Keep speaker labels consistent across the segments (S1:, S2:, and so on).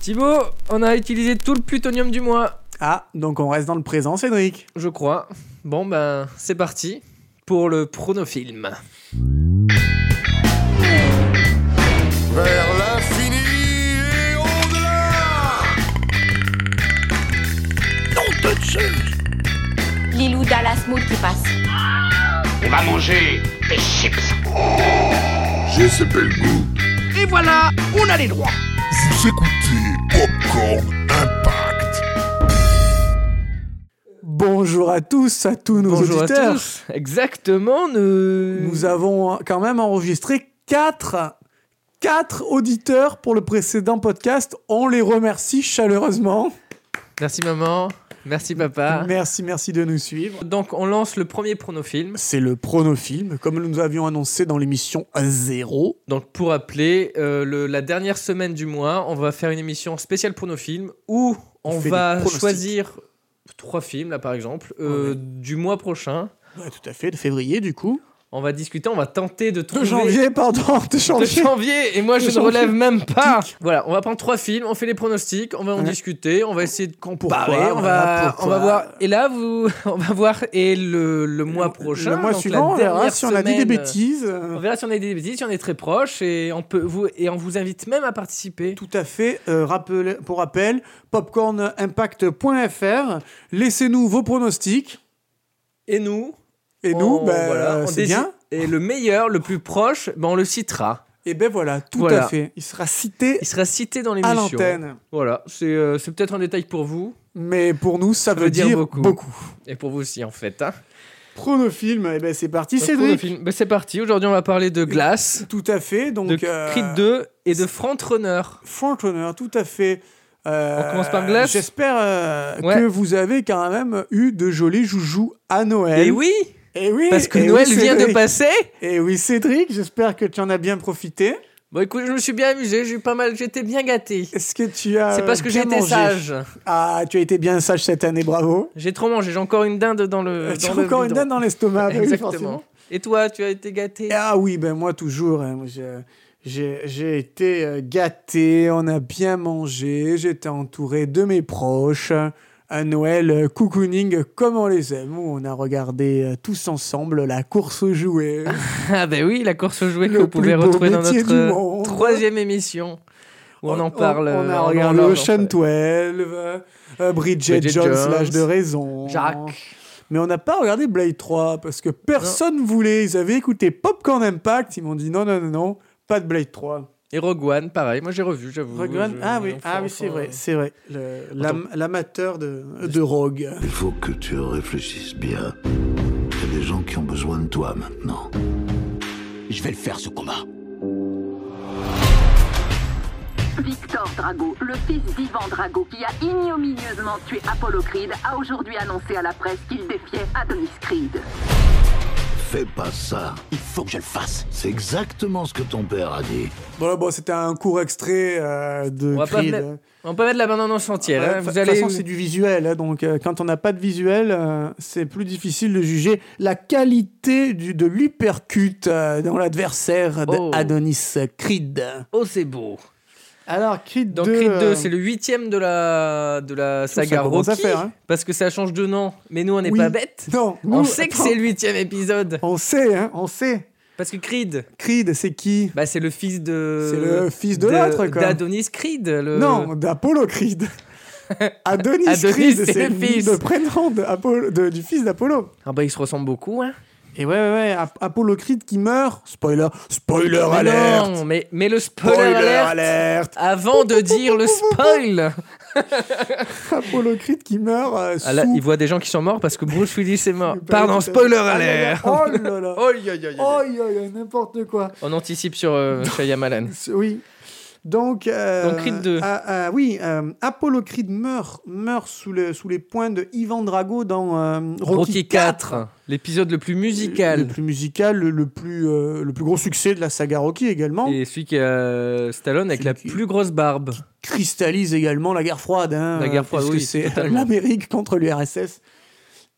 S1: Thibaut, on a utilisé tout le plutonium du mois,
S2: Ah, donc on reste dans le présent, Cédric.
S1: je crois. Bon, ben, c'est parti pour le pronofilm.
S3: Vers l'infini et au-delà
S4: Lilou Dallas Mood qui passe.
S5: On va manger des chips.
S3: J'ai ce bel goût.
S5: Et voilà, on a les droits.
S3: Vous écoutez Popcorn Impact.
S2: Bonjour à tous, à tous nos
S1: Bonjour
S2: auditeurs.
S1: à tous. Mm. Exactement, nous...
S2: Nous avons quand même enregistré 4 quatre auditeurs pour le précédent podcast. On les remercie chaleureusement.
S1: Merci maman, merci papa.
S2: Merci, merci de nous suivre.
S1: Donc on lance le premier pronofilm.
S2: C'est le pronofilm, comme nous avions annoncé dans l'émission 0.
S1: Donc pour rappeler, euh, le- la dernière semaine du mois, on va faire une émission spéciale pronofilm où
S2: On
S1: on,
S2: fait des
S1: va
S2: pronostics.
S1: choisir trois films, là par exemple, euh, du mois prochain.
S2: tout à fait, de février du coup.
S1: On va discuter, on va tenter de trouver...
S2: De janvier, pardon, de
S1: de
S2: janvier.
S1: janvier et moi
S2: De
S1: je ne
S2: janvier.
S1: relève même pas. Voilà, on va prendre trois films, on fait les pronostics, on va en
S2: Ouais. Bah
S1: discuter, on va essayer de
S2: Pourquoi,
S1: comparer, on
S2: voilà,
S1: va
S2: pourquoi.
S1: on va voir et là vous on va voir et le, le mois prochain
S2: Le mois
S1: donc la
S2: suivant, on verra
S1: dernière
S2: si on a dit
S1: semaine,
S2: des
S1: euh,
S2: bêtises.
S1: On verra si on a des bêtises, si on est très proche et on peut vous et on vous invite même à participer.
S2: Tout à fait. Euh, rappel- pour rappel, popcornimpact.fr. Laissez-nous vos pronostics.
S1: Et nous
S2: Et
S1: on-
S2: nous, ben,
S1: Oh, voilà, on
S2: c'est
S1: décide-
S2: bien.
S1: Et le meilleur, le plus proche, ben on le citera.
S2: Et ben voilà, tout
S1: Voilà.
S2: à fait. Il sera cité
S1: Il sera cité dans
S2: à
S1: l'émission.
S2: l'antenne.
S1: Voilà, c'est euh, c'est peut-être un détail pour vous
S2: Mais pour nous, ça,
S1: Ça veut dire beaucoup.
S2: beaucoup.
S1: et pour vous aussi en fait. hein.
S2: Pronofilm, et ben c'est parti,
S1: Donc, pour le
S2: Cédric.
S1: film- ben, c'est parti, aujourd'hui on va parler de Glace,
S2: Tout à fait. Donc,
S1: de
S2: euh,
S1: Creed 2 et de Front Runner.
S2: Frank Runner, tout à fait. Euh,
S1: On commence par Glass
S2: J'espère euh,
S1: Ouais.
S2: que vous avez quand même eu de jolis joujoux à Noël.
S1: Et oui,
S2: Eh oui,
S1: parce que
S2: eh oui,
S1: Noël vient de
S2: Cédric.
S1: passer.
S2: Eh oui, Cédric, j'espère que tu en as bien profité.
S1: Bon écoute, je me suis bien amusé, j'ai eu pas mal, j'étais bien gâté.
S2: Est-ce que tu as.
S1: C'est parce
S2: euh,
S1: que
S2: bien
S1: j'étais
S2: mangé
S1: sage.
S2: Ah, tu as été bien sage cette année, bravo.
S1: J'ai trop mangé, j'ai encore une dinde dans le.
S2: Euh, tu
S1: Euh, dans
S2: as
S1: le
S2: encore une
S1: bidon.
S2: dinde dans l'estomac. bah oui,
S1: Exactement.
S2: forcément.
S1: Et toi, tu as été gâté.
S2: ah oui, ben moi toujours. hein, moi, je- J'ai j'ai été euh, gâté, on a bien mangé, j'étais entouré de mes proches. Un Noël euh, cocooning comme on les aime, où on a regardé euh, tous ensemble la course aux jouets.
S1: Ah ben oui, la course aux jouets que
S2: Le
S1: vous pouvez
S2: plus beau
S1: retrouver dans
S2: métier
S1: notre
S2: du
S1: euh,
S2: monde.
S1: troisième émission où on en parle.
S2: On, on
S1: euh,
S2: a
S1: en
S2: regardé
S1: parle,
S2: Ocean
S1: en
S2: 12, euh, euh, Bridget,
S1: Bridget
S2: Jones,
S1: Jones,
S2: l'âge de raison.
S1: fait. Jacques.
S2: Mais on n'a pas regardé Blade 3 parce que personne voulait. Ils avaient écouté Popcorn Impact. Ils m'ont dit non, non, non, non, pas de Blade 3.
S1: Et Rogue One, pareil. Moi, j'ai revu, j'avoue.
S2: Rogue One
S1: Je-
S2: Ah oui,
S1: enfin, euh,
S2: ah, oui c'est
S1: enfin,
S2: vrai, c'est vrai. Le- l'am- L'amateur de, de Rogue.
S6: Il faut que tu réfléchisses bien. Il y a des gens qui ont besoin de toi maintenant.
S5: Je vais le faire ce combat.
S7: Victor Drago, le fils d'Ivan Drago qui a ignominieusement tué Apollo Creed, a aujourd'hui annoncé à la presse qu'il défiait Adonis Creed.
S6: Fais pas ça.
S5: Il faut que je le fasse.
S6: C'est exactement ce que ton père a dit.
S2: Bon, bon c'était un court extrait euh, de
S1: On va pas
S2: Creed.
S1: mettre- On peut mettre la bande en entière.
S2: Ouais,
S1: hein.
S2: fa-
S1: Vous
S2: De toute
S1: allez.
S2: façon, c'est du visuel. hein, donc, euh, quand on n'a pas de visuel, euh, c'est plus difficile de juger la qualité du, de l'hypercute euh, dans l'adversaire de
S1: Oh.
S2: Adonis Creed.
S1: Oh, c'est beau.
S2: Alors, Creed
S1: Donc
S2: 2.
S1: Creed 2,
S2: euh, Oh,
S1: c'est le huitième de la de la
S2: ça
S1: saga
S2: commence
S1: Rocky.
S2: à faire, hein.
S1: Parce que ça change de nom. Mais nous, on n'est
S2: Oui.
S1: pas bêtes.
S2: Non,
S1: on
S2: nous,
S1: sait que
S2: attends.
S1: c'est le huitième épisode.
S2: On sait, hein, on sait.
S1: Parce que Creed,
S2: Creed, c'est qui
S1: bah, c'est le fils de.
S2: C'est le fils de l'autre, quoi.
S1: D'Adonis Creed. le-
S2: Non, d'Apollo Creed. Adonis,
S1: Euh. Adonis,
S2: Creed,
S1: c'est
S2: c'est
S1: le fils.
S2: le prénom de Apollo- de- du fils d'Apollo.
S1: Ah bah, ils se ressemblent beaucoup, hein.
S2: Et ouais, ouais, ouais, Ap- Apollo Creed qui meurt. Spoiler, spoiler
S1: Mais
S2: alert.
S1: non, mais, mais le spoiler,
S2: Spoiler
S1: alert,
S2: alert.
S1: Avant de dire le spoil
S2: Apollo Creed qui meurt euh,
S1: ah là,
S2: sous-
S1: Il voit des gens qui sont morts parce que Bruce Willis est mort.
S2: Bah,
S1: Pardon,
S2: tout à fait.
S1: spoiler
S2: Ah là là,
S1: alert
S2: Oh là là
S1: Oh, yo, yo, yo, yo.
S2: Oh là là, n'importe quoi
S1: On anticipe sur euh, Shyamalan.
S2: C'est- Oui. Donc, euh,
S1: Donc, Creed 2.
S2: ah, ah, oui, euh, Apollo Creed meurt, meurt sous, le, sous les poings de Ivan Drago dans euh, Rocky,
S1: Rocky
S2: 4.
S1: 4, l'épisode le plus
S2: Le
S1: musical.
S2: plus musical, le, le plus, euh, le plus gros succès de la saga Rocky également.
S1: Et celui qui a euh, Stallone avec
S2: Celui
S1: la
S2: qui-
S1: plus grosse barbe.
S2: Cristallise également la guerre froide. hein,
S1: La guerre froide,
S2: puisque
S1: oui,
S2: C'est
S1: totalement.
S2: l'Amérique contre l'URSS.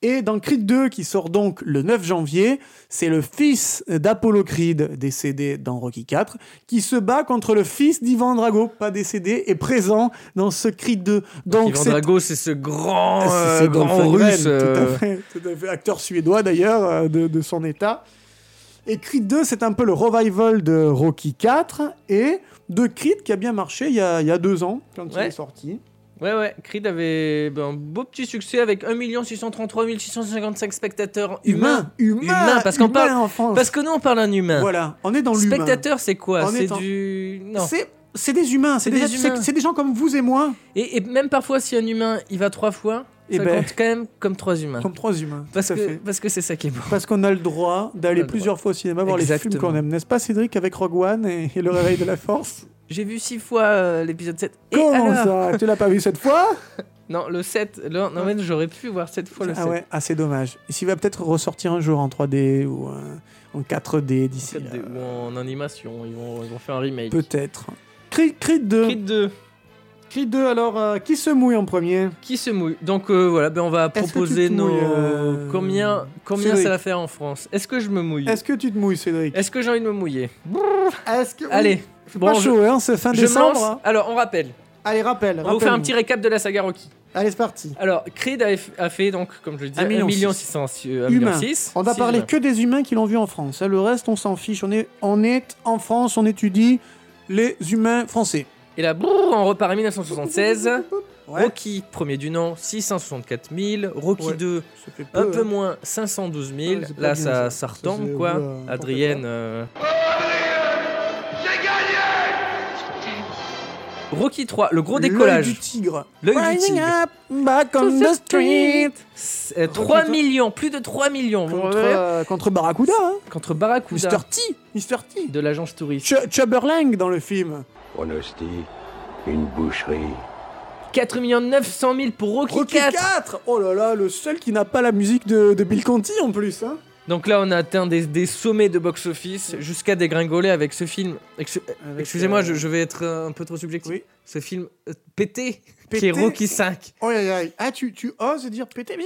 S2: Et dans Creed 2, qui sort donc le 9 janvier, c'est le fils d'Apollo Creed, décédé dans Rocky 4, qui se bat contre le fils d'Ivan Drago, pas décédé, et présent dans ce Creed 2. Donc
S1: Ivan
S2: c'est Ah,
S1: Drago, c'est ce grand, euh,
S2: c'est
S1: grand
S2: Dolph Lundgren,
S1: russe. euh,
S2: tout, à fait, tout à fait. Acteur suédois d'ailleurs, euh, de, de son état. Et Creed 2, c'est un peu le revival de Rocky 4 et de Creed qui a bien marché il y a, il y a deux ans, quand il
S1: Ouais.
S2: est sorti.
S1: Ouais, ouais, Creed avait ben, un beau petit succès avec 1 633 655 spectateurs humains.
S2: Humain
S1: Humain, parce qu'on
S2: humain
S1: parle-
S2: en France.
S1: Parce que nous, on parle d'un humain.
S2: Voilà, on est dans l'humain.
S1: Spectateur, c'est quoi
S2: On
S1: C'est
S2: est en-
S1: du. Non.
S2: C'est- C'est des humains,
S1: C'est
S2: c'est des,
S1: des
S2: êtres-
S1: humains.
S2: c'est- c'est des gens comme vous et moi,
S1: Et, et même parfois, si un humain il va trois fois,
S2: Eh
S1: ça
S2: ben.
S1: compte quand même comme trois humains.
S2: comme trois humains.
S1: Ah. Parce
S2: tout à
S1: que
S2: fait.
S1: parce que c'est ça qui est bon.
S2: Parce qu'on a le droit
S1: On a
S2: d'aller
S1: le
S2: plusieurs fois au cinéma voir les films
S1: Exactement.
S2: qu'on aime, n'est-ce pas Cédric, avec Rogue One et, et Le Réveil de la Force
S1: J'ai vu six fois euh, l'épisode 7. Et
S2: Comment
S1: alors
S2: ça Tu l'as pas vu cette fois
S1: Non, le 7. le- Non, mais j'aurais pu voir cette fois le
S2: Ah
S1: 7.
S2: ouais, ah c'est dommage. S'il va peut-être ressortir un jour en 3D ou euh, en 4D d'ici là.
S1: Ou en animation, ils vont, ils vont faire un remake.
S2: Peut-être. Creed, Creed 2. Creed...
S1: Creed 2,
S2: 2, alors, euh, qui se mouille en premier
S1: qui se mouille Donc euh, voilà, ben on va
S2: Est-ce que tu
S1: proposer
S2: te
S1: nos.
S2: mouilles, euh,
S1: Combien, combien
S2: Cédric
S1: ça va faire en France Est-ce que je me mouille
S2: Est-ce que tu te mouilles, Cédric
S1: Est-ce que j'ai envie de me mouiller
S2: Est-ce que...
S1: Allez,
S2: C'est
S1: bon,
S2: pas
S1: je-
S2: chaud, hein, Euh, c'est fin
S1: je me
S2: décembre.
S1: lance.
S2: hein.
S1: Alors, on rappelle.
S2: Allez, rappelle.
S1: On va vous faire un petit récap de la saga Rocky.
S2: Allez, c'est parti.
S1: Alors, Creed a, a fait, donc, comme je le disais, 1
S2: Un million
S1: 1 million
S2: six.
S1: 600 euh, un million
S2: Humains.
S1: six.
S2: On va
S1: Six
S2: parler
S1: humains.
S2: que des humains qui l'ont vu en France. hein. Le reste, on s'en fiche. On est, on est en France, on étudie les humains français.
S1: Et là, brrr, on repart à 1976.
S2: Ouais.
S1: Rocky, premier du nom, 664 000. Rocky
S2: Ouais.
S1: 2,
S2: Ça fait
S1: un
S2: peu,
S1: peu
S2: hein.
S1: moins, 512 000.
S2: Ouais, c'est pas
S1: là,
S2: bien,
S1: ça, ça
S2: ça. Ça,
S1: retombe,
S2: c'est-
S1: quoi.
S2: ouais, hein. n'importe quoi.
S1: Adrienne. euh, Rocky 3, le gros
S2: L'œil du
S1: décollage.
S2: tigre.
S1: L'œil du
S2: Rising
S1: tigre.
S2: up, back on
S1: To the
S2: the street.
S1: S- euh, 3
S2: Rocky-
S1: millions, plus de 3 millions. Vous
S2: Contre,
S1: verrez.
S2: euh, contre Barracuda. hein.
S1: Contre Barracuda
S2: Mr. T. Mr. T.
S1: de l'agence touriste.
S2: Ch- Chubberlang dans le film.
S5: Pronostic, une boucherie.
S1: 4 900 000 pour Rocky,
S2: Rocky
S1: 4.
S2: 4. Oh là là, le seul qui n'a pas la musique de, de Bill Conti en plus. hein.
S1: Donc là, on a atteint des, des sommets de box-office jusqu'à dégringoler avec ce film. Ex-
S2: Avec,
S1: Excusez-moi,
S2: euh,
S1: je, je vais être euh, un peu trop subjectif.
S2: Oui.
S1: Ce film euh, pété, qui
S2: Pété.
S1: est Rocky 5.
S2: Oh, aïe, aïe. Ah, tu, tu oses dire pété, mais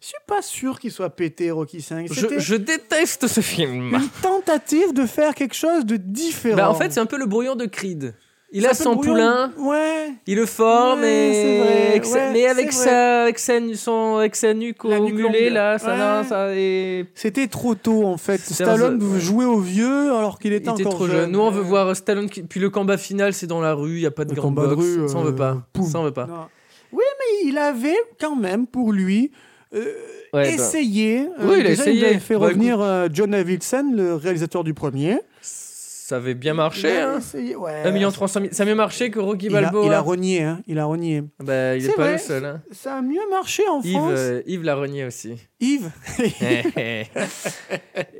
S2: je suis pas sûr qu'il soit pété, Rocky 5.
S1: Je,
S2: C'était
S1: je déteste ce film.
S2: une tentative de faire quelque chose de différent.
S1: Bah, en fait, c'est un peu le brouillon de Creed. Il
S2: C'est
S1: a
S2: un peu
S1: son
S2: le brouillon.
S1: poulain,
S2: Ouais.
S1: il le forme,
S2: Ouais, c'est
S1: et...
S2: vrai,
S1: avec sa-
S2: ouais,
S1: mais avec
S2: c'est
S1: sa, avec, sa, nu- son, avec sa nuque
S2: La
S1: au
S2: nuque
S1: mulet,
S2: longue.
S1: là, ça,
S2: Ouais.
S1: non, ça est...
S2: C'était trop tôt en fait.
S1: C'était
S2: Stallone
S1: un- ouais.
S2: jouait au vieux alors qu'il
S1: Il
S2: était,
S1: était
S2: encore
S1: trop jeune. Nous, on veut voir euh, Stallone. qui- Puis le combat final, c'est dans la rue, il n'y a pas de
S2: Le
S1: grand
S2: combat de
S1: box.
S2: rue,
S1: ça, on veut
S2: euh,
S1: pas.
S2: poum.
S1: Ça, on veut pas.
S2: Non. Oui, mais il avait quand même pour lui euh,
S1: Ouais, bah.
S2: essayé.
S1: Oui, il a
S2: euh, déjà,
S1: essayé.
S2: avait fait
S1: Bah,
S2: revenir euh, John Avildsen, le réalisateur du premier.
S1: Ça avait bien marché,
S2: Il a
S1: hein
S2: essayé, ouais.
S1: 1 million 300 000. Ça a mieux marché que Rocky
S2: Il a,
S1: Balboa.
S2: il a renié, hein, il a renié.
S1: Bah, il est,
S2: C'est
S1: pas
S2: vrai.
S1: le seul. hein.
S2: Ça a mieux marché en
S1: Yves,
S2: France.
S1: euh, Yves l'a renié aussi.
S2: Yves,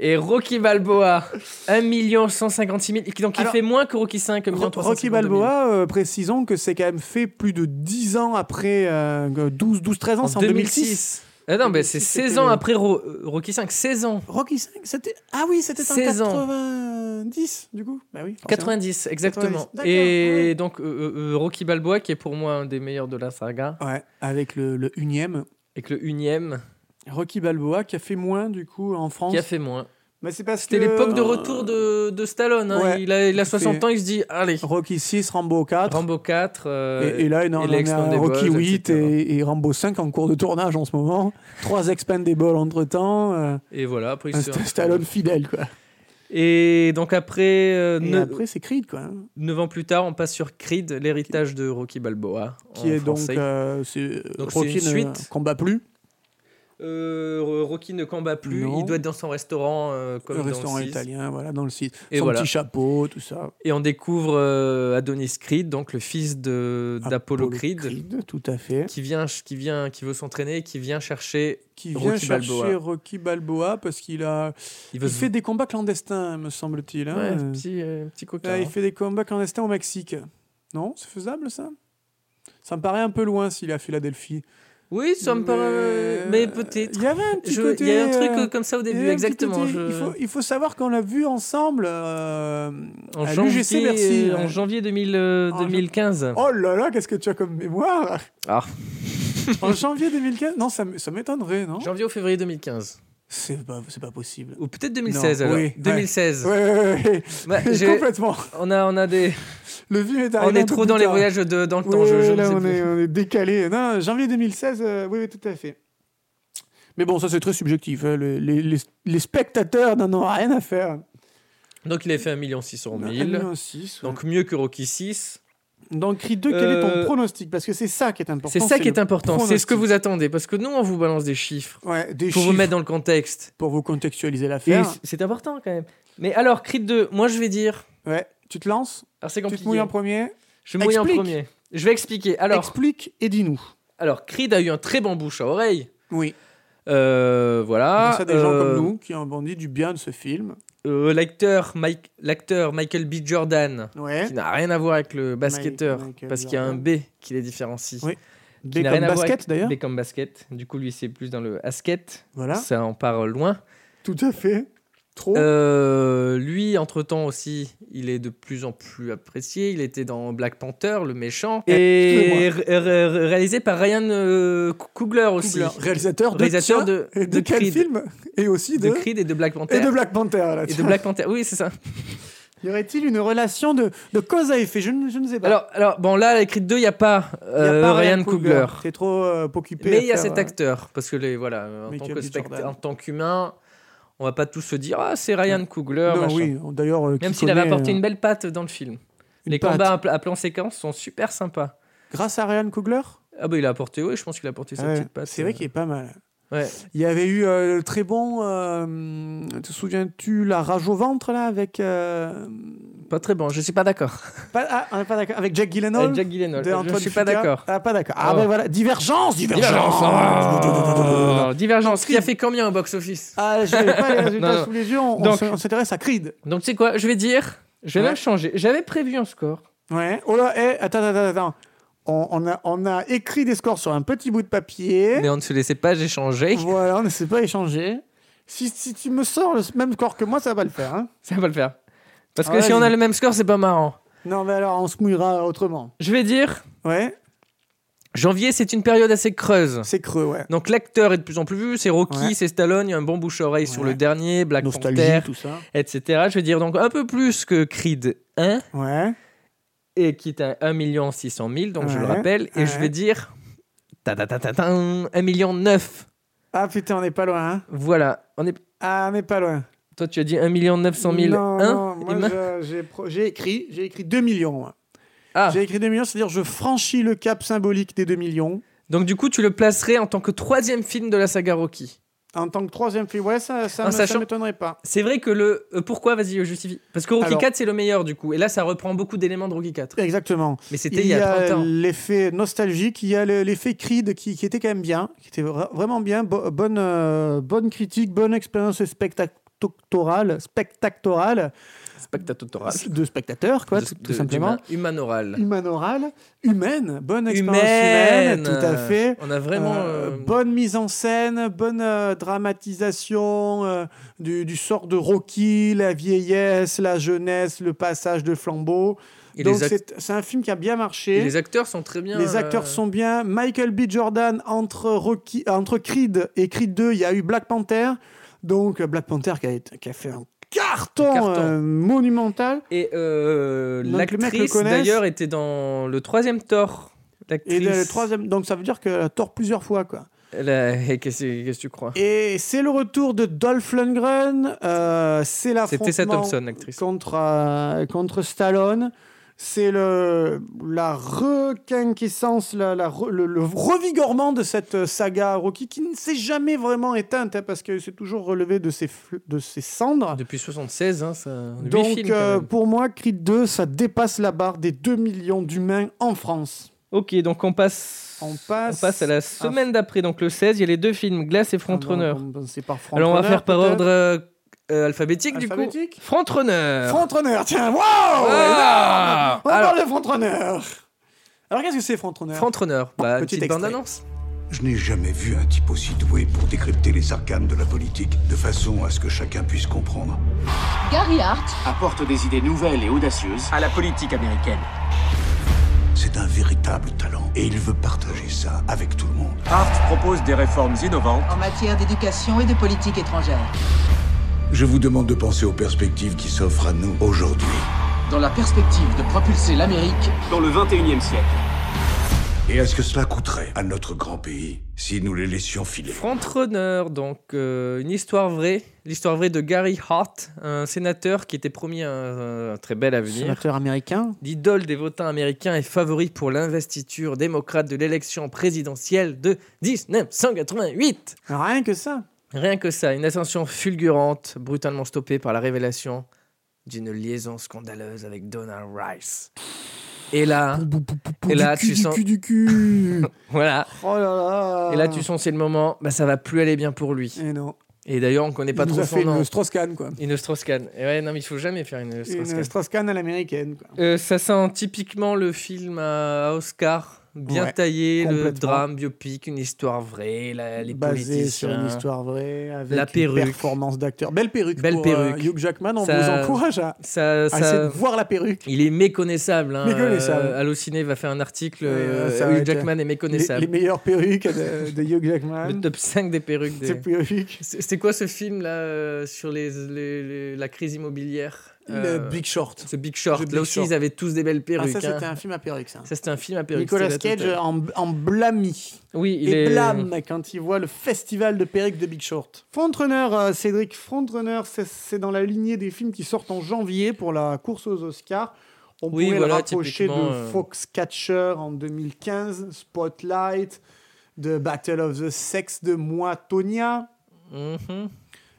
S1: et Rocky Balboa, 1 156 000. Donc il
S2: Alors,
S1: fait moins que Rocky 5, 1
S2: Ro-
S1: 300
S2: Rocky Balboa, euh, précisons que c'est quand même fait plus de 10 ans après, euh, 12, 12, 13 ans, c'est en 2006.
S1: Ah non, mais c'est
S2: 2006,
S1: 16
S2: c'était-
S1: ans après Ro- euh, Rocky 5, 16 ans.
S2: Rocky 5, c'était. Ah oui, c'était en
S1: 16 ans.
S2: 90, du coup. Bah oui. forcément.
S1: 90, exactement.
S2: 90,
S1: Et
S2: d'accord, ouais.
S1: donc euh, euh, Rocky Balboa, qui est pour moi un des meilleurs de la saga,
S2: Ouais, avec le, le unième.
S1: et que le unième,
S2: Rocky Balboa qui a fait moins, du coup, en France.
S1: qui a fait moins.
S2: Mais c'est parce
S1: C'était
S2: que-
S1: l'époque de retour de, de Stallone. hein.
S2: Ouais.
S1: il, a, il a 60
S2: C'est-
S1: ans, il se dit Allez,
S2: Rocky 6, Rambo 4.
S1: Rambo 4. euh,
S2: Et, et là,
S1: et
S2: non, on en
S1: les
S2: est à
S1: Expendables,
S2: Rocky 8
S1: etc.
S2: et, et Rambo 5 en cours de tournage en ce moment. Trois Expendables entre temps.
S1: Et voilà, après il
S2: un
S1: se-
S2: St- Stallone fidèle, quoi.
S1: Et donc après, euh,
S2: Et
S1: ne-
S2: après, c'est Creed, quoi. hein,
S1: 9 ans plus tard, on passe sur Creed, l'héritage de Rocky Balboa. en
S2: Qui est donc.
S1: français.
S2: euh, c'est-
S1: Donc, c'est
S2: Rocky
S1: une
S2: ne
S1: suite.
S2: combat plus.
S1: Euh, Rocky ne combat plus,
S2: Non.
S1: il doit être dans son restaurant euh, comme
S2: Le
S1: dans le
S2: restaurant
S1: six.
S2: italien, voilà, dans le site.
S1: Et
S2: Son
S1: voilà.
S2: petit chapeau, tout ça.
S1: Et on découvre euh, Adonis Creed, donc le fils de- d'Apollo Creed,
S2: Tout à fait.
S1: qui vient, ch- qui vient, qui veut s'entraîner, qui vient chercher,
S2: Qui vient
S1: Rocky
S2: chercher
S1: Balboa.
S2: Rocky Balboa parce qu'il a
S1: il veut
S2: il
S1: se-
S2: fait des combats clandestins, me semble-t-il. hein.
S1: Ouais,
S2: Euh,
S1: petit, euh, petit coquin.
S2: là, il
S1: hein.
S2: fait des combats clandestins au Mexique. Non, c'est faisable ça Ça me paraît un peu loin s'il est à Philadelphie.
S1: Oui, ça me paraît. euh, Mais peut-être.
S2: euh, Il y avait un petit
S1: Je-
S2: côté.
S1: Il y a un truc
S2: euh,
S1: euh, comme ça au
S2: il y avait
S1: début,
S2: un petit
S1: exactement.
S2: côté-
S1: je-
S2: Il, faut, il faut savoir qu'on l'a vu ensemble euh,
S1: En
S2: à
S1: janvier, euh,
S2: l'UGC Bercy.
S1: en janvier 2000, euh,
S2: hein. En jan-
S1: 2015.
S2: Oh là là, qu'est-ce que tu as comme mémoire
S1: Ah.
S2: en janvier 2015 Non, ça m- ça m'étonnerait, non
S1: Janvier ou février 2015.
S2: C'est pas, c'est pas possible.
S1: Ou peut-être 2016
S2: Non,
S1: alors.
S2: oui, ouais.
S1: 2016.
S2: Ouais, ouais, ouais.
S1: Ouais, Bah, j'ai-
S2: Complètement.
S1: On a, on a des,
S2: Le vieux est
S1: on
S2: arrivé. un
S1: est
S2: peu
S1: trop
S2: plus
S1: dans les
S2: tard.
S1: voyages de, dans le temps.
S2: Ouais,
S1: Je, je ne
S2: là,
S1: sais
S2: on,
S1: plus.
S2: est, on est décalé. Non, janvier 2016, euh, oui, oui, tout à fait. Mais bon, ça, c'est très subjectif. hein. Le- les, les- les spectateurs n'en ont rien à faire.
S1: Donc il a fait 1 600
S2: Un
S1: 000.
S2: million six, ouais.
S1: Donc mieux que Rocky 6.
S2: Dans Cri 2, quel est ton
S1: Euh,
S2: pronostic Parce que c'est ça qui est important.
S1: C'est ça qui
S2: le
S1: est important. C'est ce que vous
S2: pronostic.
S1: attendez. Parce que nous, on vous balance des chiffres
S2: Ouais, des
S1: pour vous
S2: chiffres,
S1: mettre dans le contexte.
S2: pour vous contextualiser
S1: Et
S2: l'affaire.
S1: c- c'est important quand même. Mais alors, Creed 2, moi je vais dire.
S2: Ouais. Tu te lances
S1: Alors c'est
S2: Tu
S1: compliqué.
S2: te mouilles en premier
S1: Je mouille en
S2: Explique.
S1: premier. Je vais expliquer. Alors,
S2: Explique et dis-nous.
S1: alors, Creed a eu un très bon bouche à oreille.
S2: Oui.
S1: Euh, voilà.
S2: Grâce à des gens
S1: Euh,
S2: comme nous qui ont bandit du bien de ce film.
S1: euh, L'acteur Mike- l'acteur Michael B. Jordan,
S2: Ouais.
S1: qui n'a rien à voir avec le basketteur,
S2: Hein Michael
S1: parce qu'il y a un B qui les différencie.
S2: Oui.
S1: Qui
S2: Des
S1: n'a
S2: comme
S1: rien à voir
S2: basket
S1: avec-
S2: d'ailleurs.
S1: B comme basket. Du coup, lui, c'est plus dans le asket.
S2: Voilà.
S1: Ça en part loin.
S2: Tout à fait. Trop.
S1: Euh, lui, entre-temps aussi, il est de plus en plus apprécié. Il était dans Black Panther, le méchant. Et
S2: Excusez-moi.
S1: ré- ré- ré- réalisé par Ryan euh, Cou- Coogler aussi.
S2: Coogler, réalisateur de,
S1: Réalisateur
S2: tiens,
S1: de-
S2: et de,
S1: de
S2: quel
S1: Creed.
S2: film Et aussi de,
S1: De Creed et de Black Panther.
S2: hein et de Black Panther. là,
S1: Et de
S2: tiens.
S1: Black Panther, oui, c'est ça.
S2: Y aurait-il une relation de, de cause à effet je, ne- je ne sais pas.
S1: Alors, alors bon, là, à Creed 2, il n'y a pas,
S2: Y a
S1: euh,
S2: pas
S1: Ryan Coogler.
S2: T'es trop euh, occupé. à
S1: Mais il y a
S2: faire,
S1: cet
S2: euh,
S1: acteur. Parce que, les, voilà, euh, en
S2: Michael
S1: tant, que
S2: B.
S1: spect-
S2: Jordan.
S1: en tant qu'humain, on va pas tous se dire Ah, c'est Ryan Coogler.
S2: Non,
S1: machin.
S2: oui. D'ailleurs, euh, qui
S1: Même s'il avait
S2: connaît,
S1: apporté
S2: euh,
S1: une belle patte dans le film.
S2: une
S1: Les
S2: patte.
S1: combats à pla- à plan séquence sont super sympas.
S2: Grâce à Ryan Coogler
S1: Ah bah il a apporté, oui, je pense qu'il a apporté sa
S2: Ouais,
S1: petite patte. euh,
S2: C'est vrai qu'il est pas mal.
S1: Ouais.
S2: Il y avait eu euh, le très bon. euh, te souviens-tu la rage au ventre là avec. euh,
S1: Pas très bon, je suis pas d'accord.
S2: pas, ah, on est pas d'accord. Avec Jack Gyllenhaal.
S1: Avec Jack Gyllenhaal,
S2: de
S1: je
S2: Antoine
S1: suis pas
S2: Fuqua.
S1: d'accord.
S2: Ah, pas d'accord. Ah,
S1: Oh.
S2: ben voilà. Divergence, divergence.
S1: Divergence oh, Divergence, qui a
S2: Creed.
S1: fait combien au box-office
S2: Ah, je n'avais pas les résultats
S1: Non, non.
S2: sous les yeux. On, on
S1: Donc-
S2: se- on s'intéresse à Creed.
S1: Donc tu sais quoi, je vais dire, je vais
S2: Ouais.
S1: même changer. J'avais prévu un score.
S2: Ouais. Oh là, hé, attends, attends, attends. On, on a, on a écrit des scores sur un petit bout de papier.
S1: Mais on ne se laissait pas échanger,
S2: Voilà, on ne s'est pas échangé. Si, si tu me sors le même score que moi, ça va pas le faire. hein.
S1: ça va le faire. Parce que
S2: Ah,
S1: si on a
S2: vas-y.
S1: le même score, c'est pas marrant.
S2: Non, mais alors, on se mouillera autrement.
S1: Je vais dire,
S2: Ouais,
S1: janvier c'est une période assez creuse.
S2: c'est creux, ouais.
S1: Donc l'acteur est de plus en plus vu, c'est Rocky,
S2: Ouais.
S1: c'est Stallone, il y a un bon bouche-oreille sur
S2: Ouais.
S1: le dernier, Black Panther,
S2: Nostalgie, tout ça.
S1: etc. Je vais dire donc un peu plus que Creed 1.
S2: Ouais.
S1: et qui est à 1 600 000, donc je le
S2: Ouais,
S1: rappelle, et je
S2: ouais.
S1: vais dire ta ta ta ta ta, 1 million 9.
S2: Ah putain, on n'est pas loin. hein.
S1: Voilà. On est...
S2: Ah, on n'est pas loin.
S1: Toi, tu as dit 1 million 900 000.
S2: Non,
S1: hein,
S2: non, moi,
S1: Emma
S2: je- j'ai pro- j'ai écrit, j'ai écrit 2 millions. moi.
S1: Ah,
S2: J'ai écrit 2 millions, c'est-à-dire je franchis le cap symbolique des 2 millions.
S1: donc du coup, tu le placerais en tant que troisième film de la saga Rocky.
S2: En tant que troisième film, ouais, ça, ça,
S1: En
S2: me- ça
S1: sachant-
S2: m'étonnerait pas.
S1: C'est vrai que le... euh, pourquoi Vas-y, euh, justifie. Parce que Rocky
S2: Alors-
S1: 4, c'est le meilleur du coup. Et là, ça reprend beaucoup d'éléments de Rocky 4.
S2: Exactement.
S1: Mais c'était
S2: Il
S1: il
S2: y a
S1: 30 ans.
S2: l'effet nostalgique, il y a le- l'effet Creed qui, qui était quand même bien, qui était vra- vraiment bien, bo- bonne, euh, bonne critique, bonne expérience spectatorale, spectatorale
S1: Spectatoral.
S2: de spectateurs, quoi,
S1: De-
S2: tout, tout
S1: de-
S2: simplement.
S1: d'humain- Human oral.
S2: Humaine orale, humaine, bonne expérience humaine, tout à fait.
S1: euh, On a vraiment.
S2: Euh,
S1: euh,
S2: bonne mise en scène, bonne euh, dramatisation euh, du, du sort de Rocky, la vieillesse, la jeunesse, le passage de flambeau.
S1: et
S2: Donc
S1: les, ac-
S2: c'est c'est un film qui a bien
S1: et
S2: marché.
S1: les acteurs sont très bien.
S2: Les acteurs
S1: euh,
S2: sont bien. Michael B. Jordan, entre, Rocky, euh, entre Creed et Creed 2, il y a eu Black Panther. Donc euh, Black Panther qui a, été- qui a fait un carton,
S1: Un carton.
S2: euh, monumental.
S1: Et euh,
S2: Donc, le mec le
S1: l'actrice
S2: connaisse.
S1: d'ailleurs était dans le troisième Thor.
S2: Et
S1: L'actrice.
S2: le troisième, donc ça veut dire qu'elle a tort plusieurs fois. quoi.
S1: La- Qu'est-ce que qu'est-ce que tu crois
S2: Et c'est le retour de Dolph Lundgren. euh, c'est l'affrontement
S1: C'était Seth Thompson, l'actrice.
S2: contre, euh, contre Stallone. C'est le la requinquessence, la, la re- le, le revigorement de cette euh, saga Rocky qui ne s'est jamais vraiment éteinte hein, parce que c'est toujours relevé de ses, fl- de ses cendres.
S1: Depuis 76, hein, ça. huit
S2: Donc
S1: films, quand
S2: euh,
S1: même.
S2: pour moi, Creed 2, ça dépasse la barre des 2 millions d'humains en France.
S1: Ok, donc on passe.
S2: On passe
S1: à la semaine d'après, donc le 16. Il y a les deux films, Glace et Front
S2: Ah,
S1: Runner.
S2: bon, bon, c'est par Front
S1: Alors on va
S2: Runner,
S1: faire par
S2: peut-être.
S1: ordre euh, euh, alphabétique, du
S2: Alphabétique
S1: coup. Front Runner.
S2: Front Runner, tiens, waouh
S1: Ah
S2: On
S1: Alors-
S2: parle de Front Runner Alors qu'est-ce que c'est Front Runner
S1: Front Runner. Bah,
S2: Petit
S1: petite
S2: extrait.
S1: bande annonce.
S8: Je n'ai jamais vu un type aussi doué pour décrypter les arcanes de la politique, de façon à ce que chacun puisse comprendre.
S9: apporte des idées nouvelles et audacieuses à la politique américaine.
S8: C'est un véritable talent et il veut partager ça avec tout le monde. Ah,
S9: Hart propose des réformes innovantes.
S10: en matière d'éducation et de politique étrangère.
S8: Je vous demande de penser aux perspectives qui s'offrent à nous aujourd'hui.
S11: dans la perspective de propulser l'Amérique
S9: Dans le 21e siècle,
S8: Et à ce que cela coûterait à notre grand pays si nous les laissions filer.
S1: Frontrunner, donc euh, une histoire vraie, l'histoire vraie de Gary Hart, un sénateur qui était promis un, un très bel avenir.
S12: Sénateur américain
S1: L'idole des votants américains et favori pour l'investiture démocrate de l'élection présidentielle de 1988.
S2: Rien que ça.
S1: Rien que ça, une ascension fulgurante, brutalement stoppée par la révélation d'une liaison scandaleuse avec Donald Rice. Et là,
S2: Ah, Pou, pou, pou, pou, pou,
S1: Et
S2: du
S1: là,
S2: cul,
S1: tu
S2: du
S1: sens-
S2: cul, du cul.
S1: voilà.
S2: oh là là.
S1: Et là, tu sens, c'est le moment, bah, ça va plus aller bien pour lui.
S2: Et non.
S1: Et d'ailleurs, on connaît pas
S2: Il nous
S1: trop
S2: a
S1: son
S2: fait
S1: nom.
S2: une Strauss-Kahn, quoi.
S1: Une Strauss-Kahn. Et ouais, non, mais il faut jamais faire une
S2: Une
S1: Strauss-Kahn.
S2: Strauss-Kahn à l'américaine, quoi.
S1: Euh, ça sent typiquement le film à Oscar, bien
S2: Ouais,
S1: taillé, le
S2: complètement.
S1: drame biopique, une histoire vraie, la- les
S2: Basé sur
S1: politiciens.
S2: une histoire vraie, avec
S1: La
S2: une
S1: perruque.
S2: performance d'acteur. Belle perruque
S1: Belle
S2: pour euh,
S1: perruque.
S2: Hugh Jackman, on
S1: Ça-
S2: vous encourage à,
S1: Ça,
S2: à
S1: ça-
S2: essayer de voir la perruque.
S1: Il est méconnaissable. Hein.
S2: Méconnaissable.
S1: Euh, Allociné va faire un article.
S2: Ouais,
S1: euh,
S2: ça va
S1: Hugh
S2: être-
S1: Jackman est
S2: Les,
S1: méconnaissable.
S2: les meilleures perruques de, de Hugh Jackman.
S1: Le top 5 des perruques.
S2: Ces
S1: Des...
S2: perruques.
S1: C'est c'est quoi ce film là euh, sur les, les- les- la crise immobilière
S2: Le
S1: Euh,
S2: Big Short.
S1: Ce Big Short.
S2: The Big
S1: là aussi,
S2: Short.
S1: ils avaient tous des belles
S2: Ah,
S1: perruques.
S2: ça, c'était
S1: hein.
S2: un film à perruque, ça.
S1: Ça, c'était un film à perruques.
S2: Nicolas
S1: c'était la
S2: Cage
S1: totale.
S2: en, en blâmi.
S1: Oui, il
S2: et
S1: est.
S2: blâme quand il voit le festival de perruques de Big Short. Frontrunner, euh, Cédric, Frontrunner, c'est- c'est dans la lignée des films qui sortent en janvier pour la course aux Oscars. On
S1: Oui,
S2: pourrait
S1: voilà,
S2: le rapprocher de
S1: typiquement, euh,
S2: Foxcatcher en 2015, Spotlight, de Battle of the Sex de Moi, Tonya.
S1: Mhm.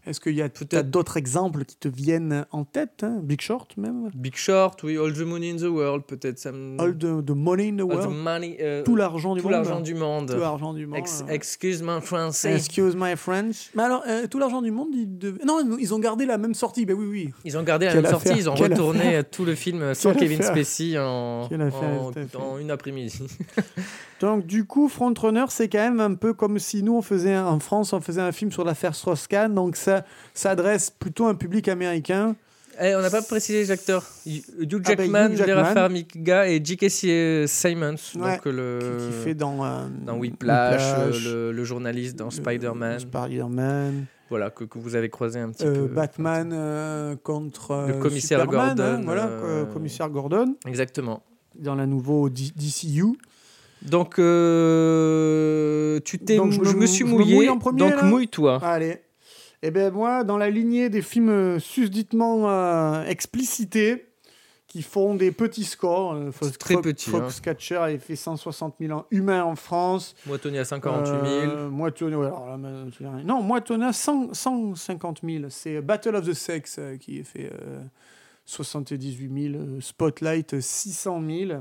S2: Est-ce qu'il y a
S1: Peut-être.
S2: peut-être d'autres exemples qui te viennent en tête hein Big Short, même
S1: Big Short, oui, All the Money in the World, peut-être. Ça me-
S2: All the, the Money in the
S1: Mm. All the
S2: World
S1: money, euh,
S2: Tout l'argent du
S1: tout
S2: monde
S1: l'argent du monde.
S2: Tout l'argent du monde.
S1: Ex-
S2: euh.
S1: excuse moi français.
S2: Excuse my French. Mais alors, euh, tout l'argent du monde, ils devaient- Non, ils- ils ont gardé la même sortie. Ben oui, oui.
S1: Ils ont gardé la
S2: Quelle
S1: même sortie,
S2: affaire,
S1: ils ont
S2: quelle
S1: retourné tout le film sans
S2: Quelle
S1: Kevin
S2: affaire.
S1: Spacey en,
S2: Quelle affaire,
S1: en-
S2: tout à fait.
S1: en une après-midi.
S2: Donc, du coup, Frontrunner, c'est quand même un peu comme si nous, on faisait un- en France, on faisait un film sur l'affaire Strauss-Kahn. Donc, ça s'adresse plutôt à un public américain.
S1: Eh, on n'a pas précisé les acteurs. Y- Hugh
S2: Ah bah,
S1: Jackman,
S2: Hugh
S1: Vera
S2: Jackman.
S1: Farmiga et J.K. Si- Simons,
S2: Ouais,
S1: donc euh,
S2: qui-
S1: le
S2: qui fait dans, euh,
S1: dans Whiplash, euh,
S2: Whiplash, Euh,
S1: le, le journaliste dans
S2: le-
S1: Spider-Man,
S2: Spider-Man,
S1: voilà que, que vous avez croisé un petit
S2: euh,
S1: peu.
S2: Batman euh, contre
S1: Le
S2: euh,
S1: commissaire
S2: Superman,
S1: Gordon,
S2: hein, voilà,
S1: euh,
S2: co- commissaire Gordon
S1: Exactement.
S2: dans la nouveau D- DCU.
S1: Donc euh, tu t'es,
S2: Donc, je
S1: je
S2: me-
S1: me suis
S2: je me
S1: mouillé.
S2: mouille en premier,
S1: donc
S2: là Ah.
S1: mouille-toi.
S2: Allez. Eh bien, moi, dans la lignée des films euh, susditement euh, explicités, qui font des petits scores, euh, Fox,
S1: C'est très petit, hein.
S2: Foxcatcher avait fait 160 000 en- humains en France.
S1: Moi Tony à 148 000.
S2: Euh, Moitona- ouais, alors là, maintenant, tu l'as- non, Moitona, 100 150 000. C'est Battle of the Sex euh, qui a fait euh, 78 000. euh, Spotlight, euh, 600 000.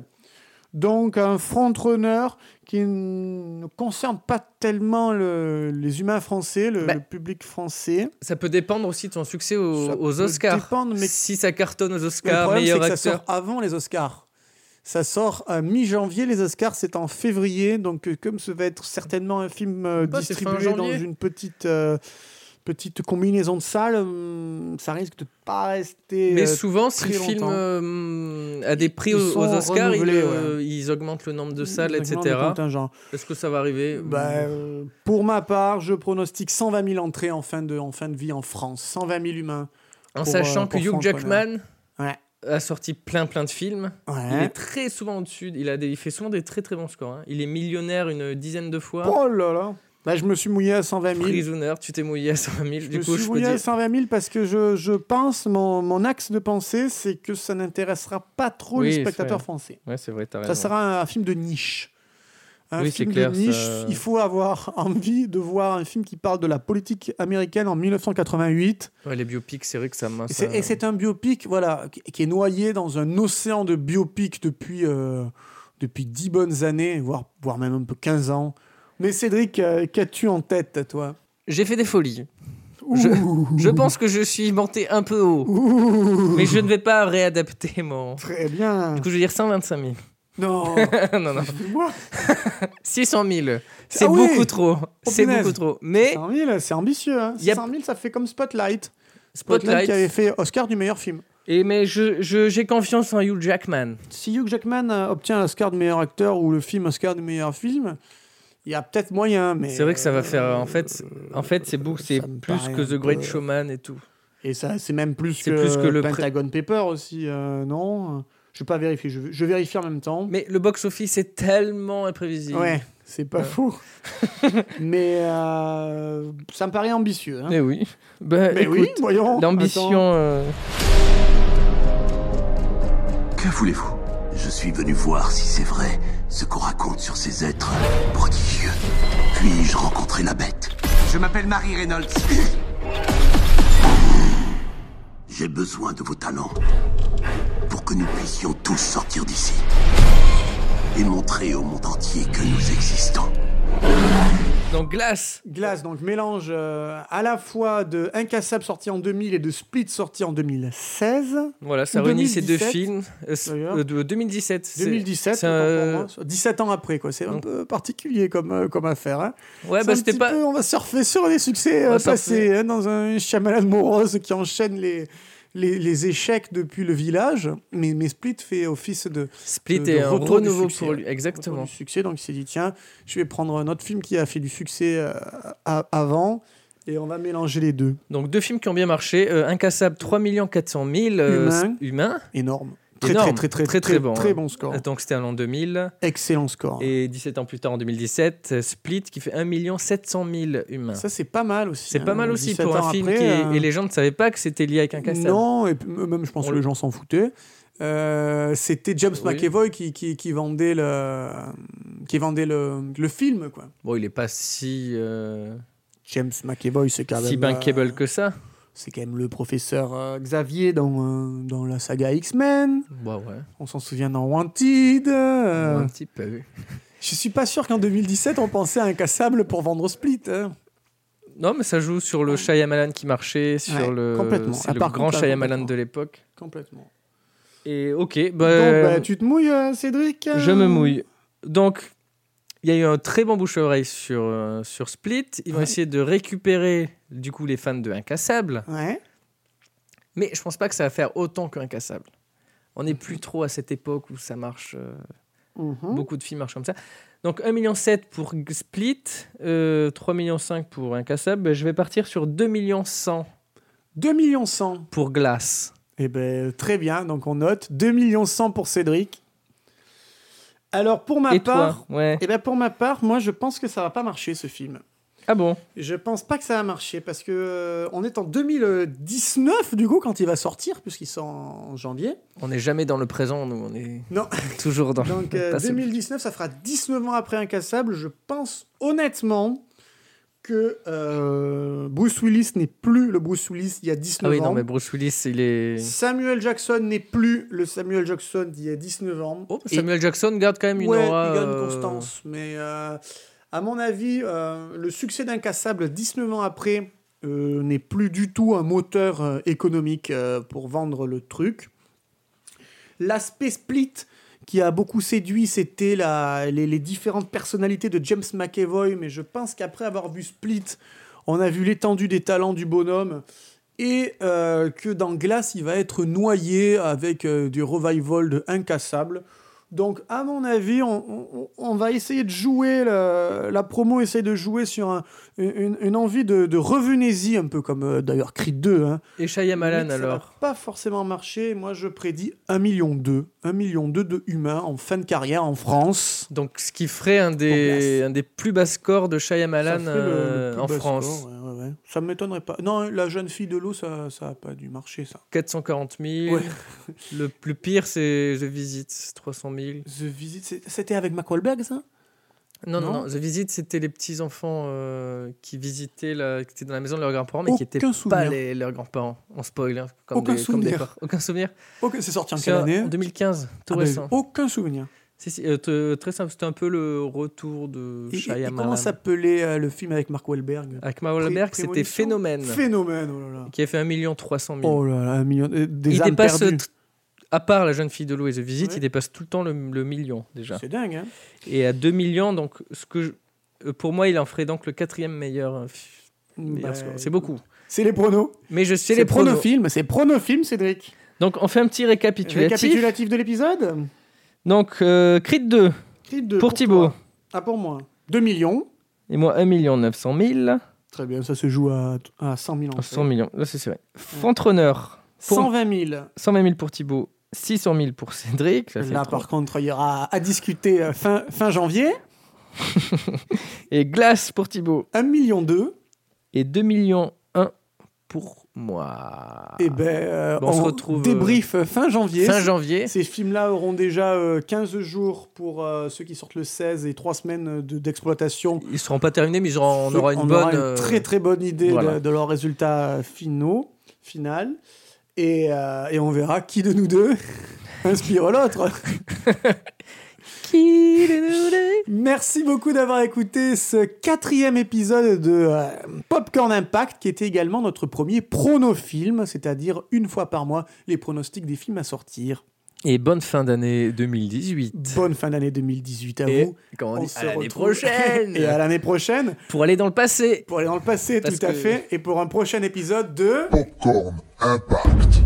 S2: Donc, un frontrunner qui ne concerne pas tellement le- les humains français, le,
S1: Bah,
S2: le public français.
S1: Ça peut dépendre aussi de son succès aux,
S2: Ça
S1: aux
S2: peut
S1: Oscars.
S2: dépendre, mais-
S1: Si ça cartonne aux
S2: le
S1: Oscars,
S2: problème, c'est
S1: meilleur
S2: que ça
S1: acteur.
S2: sort avant les Oscars. Ça sort euh, mi-janvier, les Oscars, c'est en février. Donc, euh, comme ce va être certainement un film euh,
S1: Ah, c'est fin
S2: distribué dans
S1: janvier.
S2: une petite, euh, petite combinaison de salles, hum, ça risque de pas rester.
S1: Mais
S2: euh,
S1: souvent, si le
S2: très
S1: film
S2: longtemps.
S1: euh, a des prix
S2: Ils
S1: aux,
S2: sont
S1: aux Oscars, ils,
S2: renouvelés,
S1: euh, ils augmentent le nombre de salles, etc.
S2: maintenant, le contingent.
S1: Est-ce que ça va arriver
S2: Bah, euh, pour ma part, je pronostique 120 000 entrées en fin de, en fin de vie en France. 120 000 humains.
S1: En
S2: pour,
S1: sachant
S2: euh,
S1: que
S2: pour
S1: Hugh
S2: Franck
S1: Jackman
S2: Ouais.
S1: a sorti plein plein de films. Il est
S2: Ouais.
S1: très souvent au-dessus. Il, a des- il fait souvent des très très bons scores. hein. Il est millionnaire une dizaine de fois.
S2: Oh là là. Bah, je me suis mouillé à 120 000.
S1: Prisoner, tu t'es mouillé à 120 000.
S2: Je
S1: Du
S2: me
S1: coup,
S2: suis
S1: je peux
S2: mouillé à
S1: dire.
S2: 120 000 parce que je, je pense, mon, mon axe de pensée, c'est que ça n'intéressera pas trop
S1: Oui,
S2: les
S1: c'est
S2: spectateurs
S1: vrai.
S2: français.
S1: Ouais, c'est vrai, t'as
S2: Ça
S1: raison.
S2: sera un, un film de niche. Un
S1: Oui, c'est
S2: film
S1: clair,
S2: de niche,
S1: ça-
S2: il faut avoir envie de voir un film qui parle de la politique américaine en 1988.
S1: Ouais, les biopics, c'est vrai que ça hein. m'a.
S2: Et c'est- Et c'est un biopic voilà, qui, qui est noyé dans un océan de biopics depuis, euh, depuis 10 bonnes années, voire, voire même un peu 15 ans. Mais Cédric, euh, qu'as-tu en tête, toi
S1: J'ai fait des folies. Je, je pense que je suis monté un peu haut. Mais je ne vais pas réadapter mon. Du
S2: Très bien.
S1: coup, je vais dire 125 000.
S2: Non,
S1: non, non.
S2: moi
S1: 600 000. C'est
S2: Ah oui
S1: beaucoup trop. c'est
S2: punaise.
S1: beaucoup trop. Mais
S2: 100 000, c'est ambitieux. Hein.
S1: Y a-
S2: 600 000, ça fait comme Spotlight. Spotlight
S1: Spotlight,
S2: qui avait fait Oscar du meilleur film.
S1: Et mais je, je- j'ai confiance en Hugh Jackman.
S2: Si Hugh Jackman euh, obtient l'Oscar de meilleur acteur ou le film Oscar du meilleur film, il y a peut-être moyen, mais...
S1: C'est vrai que ça va
S2: euh,
S1: faire. En fait, en fait c'est beaucoup, c'est
S2: ça me
S1: plus
S2: paraît
S1: que
S2: un
S1: The Great
S2: peu-
S1: Showman et tout.
S2: Et ça, c'est même plus que,
S1: C'est plus que le pré-
S2: Pentagon Paper aussi, euh, non Je vais pas vérifier, je, je vérifie en même temps.
S1: Mais le box-office est tellement imprévisible.
S2: Ouais, c'est pas
S1: Ouais.
S2: faux. mais euh, ça me paraît ambitieux. hein.
S1: Mais oui. Bah,
S2: Mais oui,
S1: écoute,
S2: voyons.
S1: L'ambition. euh,
S6: Que voulez-vous Je suis venu voir si c'est vrai ce qu'on raconte sur ces êtres prodigieux. Puis-je rencontrer la bête
S11: Je m'appelle Marie Reynolds.
S6: J'ai besoin de vos talents pour que nous puissions tous sortir d'ici et montrer au monde entier que nous existons.
S1: Donc Glace.
S2: Glace, donc mélange euh, à la fois de Incassable sorti en 2000 et de Split sorti en 2016.
S1: Voilà, ça
S2: Ou
S1: réunit ces deux
S2: 2017,
S1: films. Euh, c-
S2: d'ailleurs.
S1: euh, de 2017. c'est-
S2: 2017,
S1: c'est
S2: autant
S1: un-
S2: pour moi, soit 17 ans après, quoi. C'est un
S1: Donc-
S2: peu particulier comme, euh, comme affaire. hein.
S1: Ouais,
S2: C'est
S1: bah
S2: un
S1: c'était
S2: petit
S1: pas.
S2: peu, on va surfer sur les succès
S1: On
S2: euh,
S1: va
S2: passés
S1: surfer.
S2: hein, dans un chamalade morose qui enchaîne les, les, les échecs depuis le village. Mais, mais Split fait office de,
S1: Split
S2: de- de
S1: est un
S2: retour du
S1: renouveau
S2: succès,
S1: pour
S2: ouais.
S1: lui.
S2: retour
S1: Exactement.
S2: du succès. Donc il s'est dit, tiens, je vais prendre un autre film qui a fait du succès euh, a- avant et on va mélanger les deux.
S1: Donc deux films qui ont bien marché. euh, Incassable 3 400 000 euh,
S2: Humain.
S1: s- humains.
S2: Énorme. Très,
S1: Énorme.
S2: très, très, très,
S1: Très, très bon, hein.
S2: score.
S1: Donc c'était en l'an 2000.
S2: Excellent score.
S1: Et 17 ans plus tard, en 2017, euh, Split qui fait 1 700 000 humains.
S2: Ça, c'est pas mal aussi.
S1: C'est
S2: hein.
S1: pas mal aussi
S2: 17
S1: pour
S2: ans
S1: un film
S2: après,
S1: qui est-
S2: euh,
S1: Et les gens ne savaient pas que c'était lié avec un castel.
S2: Non, et p- même je pense
S1: On
S2: que
S1: le-
S2: les gens s'en foutaient. Euh, c'était James
S1: Oui.
S2: McAvoy qui, qui, qui vendait le qui vendait le, le film quoi.
S1: Bon, il est pas si, euh,
S2: James McAvoy c'est quand même
S1: si ben bankable
S2: euh,
S1: que ça.
S2: c'est quand même le professeur euh, Xavier dans euh, dans la saga X-Men.
S1: Bah ouais,
S2: On s'en souvient dans Wanted. euh,
S1: un petit peu.
S2: Je suis pas sûr qu'en 2017 on pensait à Incassable pour vendre Split. hein.
S1: Non, mais ça joue sur le Shyamalan qui marchait, sur
S2: Ouais,
S1: le,
S2: complètement.
S1: c'est
S2: Ah,
S1: le
S2: par
S1: grand
S2: contre, là,
S1: Shyamalan
S2: complètement.
S1: de l'époque.
S2: Complètement.
S1: Et ok,
S2: Donc
S1: bah,
S2: bah, tu te mouilles euh, Cédric. euh
S1: je me mouille. Donc, il y a eu un très bon bouche-oreille sur, euh, sur Split. Ils vont
S2: Ouais.
S1: essayer de récupérer, du coup, les fans de Incassable.
S2: Ouais.
S1: Mais je pense pas que ça va faire autant qu'Incassable. On n'est plus trop à cette époque où ça marche. euh,
S2: Mhm.
S1: Beaucoup de films marchent comme ça. Donc 1,7 million pour G- Split, euh, 3,5 millions pour Incassable. Ben, Je vais partir sur 2,1 millions
S2: 2 millions 100.
S1: pour Glace.
S2: Eh ben, très bien. Donc, on note 2 millions 100 pour Cédric. Alors, pour ma
S1: Et
S2: part,
S1: toi ouais.
S2: eh ben, pour ma part, moi, je pense que ça va pas marcher ce film.
S1: Ah bon
S2: Je pense pas que ça va marcher parce que euh, on est en 2019 du coup quand il va sortir puisqu'il sort en janvier.
S1: On n'est jamais dans le présent, nous. On est
S2: Non.
S1: toujours dans
S2: Donc euh,
S1: le passé.
S2: 2019, ça fera 19 ans après Incassable. Je pense honnêtement que euh, Bruce Willis n'est plus le Bruce Willis il y a 19
S1: Ah oui,
S2: ans.
S1: non, mais Bruce Willis, il est...
S2: Samuel Jackson n'est plus le Samuel Jackson d'il y a 19 ans.
S1: Oh,
S2: Et-
S1: Samuel Jackson garde quand même une
S2: ouais,
S1: aura...
S2: il gagne
S1: euh,
S2: constance. Mais euh, à mon avis, euh, le succès d'Incassable 19 ans après euh, n'est plus du tout un moteur euh, économique euh, pour vendre le truc. L'aspect split qui a beaucoup séduit, c'était la, les, les différentes personnalités de James McAvoy. Mais je pense qu'après avoir vu Split, on a vu l'étendue des talents du bonhomme et euh, que dans Glace, il va être noyé avec euh, du revival de Incassable. Donc, à mon avis, on, on- on va essayer de jouer, le- la promo essaie de jouer sur un- une, une envie de, de revenez-y, un peu comme euh, d'ailleurs Creed 2. Hein.
S1: Et
S2: Mais
S1: Shyamalan,
S2: que ça va
S1: alors
S2: pas forcément marcher. Moi, je prédis 1,2 million. 1,2 million de humains en fin de carrière en France.
S1: Donc, ce qui ferait un des, un des plus bas scores de
S2: Ça
S1: Shyamalan
S2: ferait le-
S1: euh,
S2: le plus
S1: en
S2: bas
S1: France.
S2: score, ouais, ouais, ouais. Ça ne m'étonnerait pas. Non, la jeune fille de l'eau, ça n'a pas dû marcher, ça.
S1: 440 000.
S2: Ouais.
S1: Le plus pire, c'est The Visit, 300 000.
S2: The Visit, c'est- c'était avec Macquarie ça
S1: Non, non,
S2: Non
S1: non, The Visit, c'était les petits-enfants euh, qui visitaient, la, qui étaient dans la maison de leurs grands-parents, mais qui n'étaient
S2: Aucun
S1: pas
S2: souvenir.
S1: les- leurs grands-parents. On spoil, hein, comme,
S2: Aucun
S1: des, comme des
S2: souvenir.
S1: porcs. Aucun souvenir.
S2: Ok, c'est sorti en
S1: C'est
S2: quelle année
S1: En 2015, tout
S2: Ah ben,
S1: récent.
S2: Aucun souvenir.
S1: Si, si, euh, te- très simple, c'était un peu le retour de
S2: Et, et- et
S1: Shyamalan.
S2: comment s'appelait euh, le film avec Mark Wahlberg
S1: Avec Mark Wahlberg,
S2: Pré-
S1: c'était
S2: Prémonition
S1: Phénomène,
S2: Phénomène, oh là là.
S1: qui a fait 1 300 000.
S2: Oh là là, un million. euh, Des
S1: il
S2: âmes
S1: dépasse,
S2: perdues.
S1: t- à part La Jeune Fille de l'eau et The Visit,
S2: Ouais.
S1: il dépasse tout le temps le, le million, déjà.
S2: C'est dingue, hein
S1: Et à 2 millions, donc, ce que je- euh, pour moi, il en ferait donc le quatrième meilleur, euh, f- meilleur
S2: Bah,
S1: score. C'est beaucoup.
S2: C'est les pronos.
S1: Mais je sais
S2: C'est
S1: les pronos.
S2: pronofilms, c'est pronofilms, Cédric.
S1: Donc, on fait un petit récapitulatif.
S2: Récapitulatif de l'épisode
S1: Donc, euh, Creed 2.
S2: Creed 2.
S1: Pour, Thibaut.
S2: toi. Ah, pour moi. 2 millions.
S1: Et moi, 1 900 000.
S2: Très bien, ça se joue à, à 100 000 en fait.
S1: 100 millions, là, c'est c'est vrai. Frontrunner. Pour-
S2: 120 000.
S1: 120 000 pour Thibaut, 600 000 pour Cédric. ça fait
S2: Là,
S1: trop.
S2: par contre, il y aura à discuter euh, fin, fin janvier.
S1: Et Glace pour Thibaut.
S2: 1 million
S1: Et 2 millions 1 pour moi.
S2: Et ben, euh,
S1: Ah. Bon, on se
S2: on
S1: retrouve, euh,
S2: débrief euh, fin janvier.
S1: Fin janvier.
S2: Ces films-là auront déjà euh, 15 jours pour euh, ceux qui sortent le 16 et 3 semaines de- d'exploitation.
S1: Ils seront pas terminés, mais ils auront- on aura une
S2: on
S1: bonne.
S2: aura
S1: euh,
S2: très très bonne idée de-
S1: voilà.
S2: de, leurs résultats finaux, final. Et, euh, et on verra qui de nous deux inspire l'autre. Merci beaucoup d'avoir écouté ce quatrième épisode de euh, Popcorn Impact, qui était également notre premier pronofilm, c'est-à-dire une fois par mois les pronostics des films à sortir.
S1: Et bonne fin d'année 2018.
S2: Bonne fin d'année 2018 à
S1: Et,
S2: vous.
S1: comme on,
S2: On
S1: dit,
S2: se
S1: Oh, à l'année
S2: retrouve-
S1: prochaine
S2: Et à l'année prochaine
S1: Pour aller dans le passé
S2: pour aller dans le passé,
S1: Parce
S2: tout à
S1: que-
S2: fait, et pour un prochain épisode de...
S3: Popcorn Impact.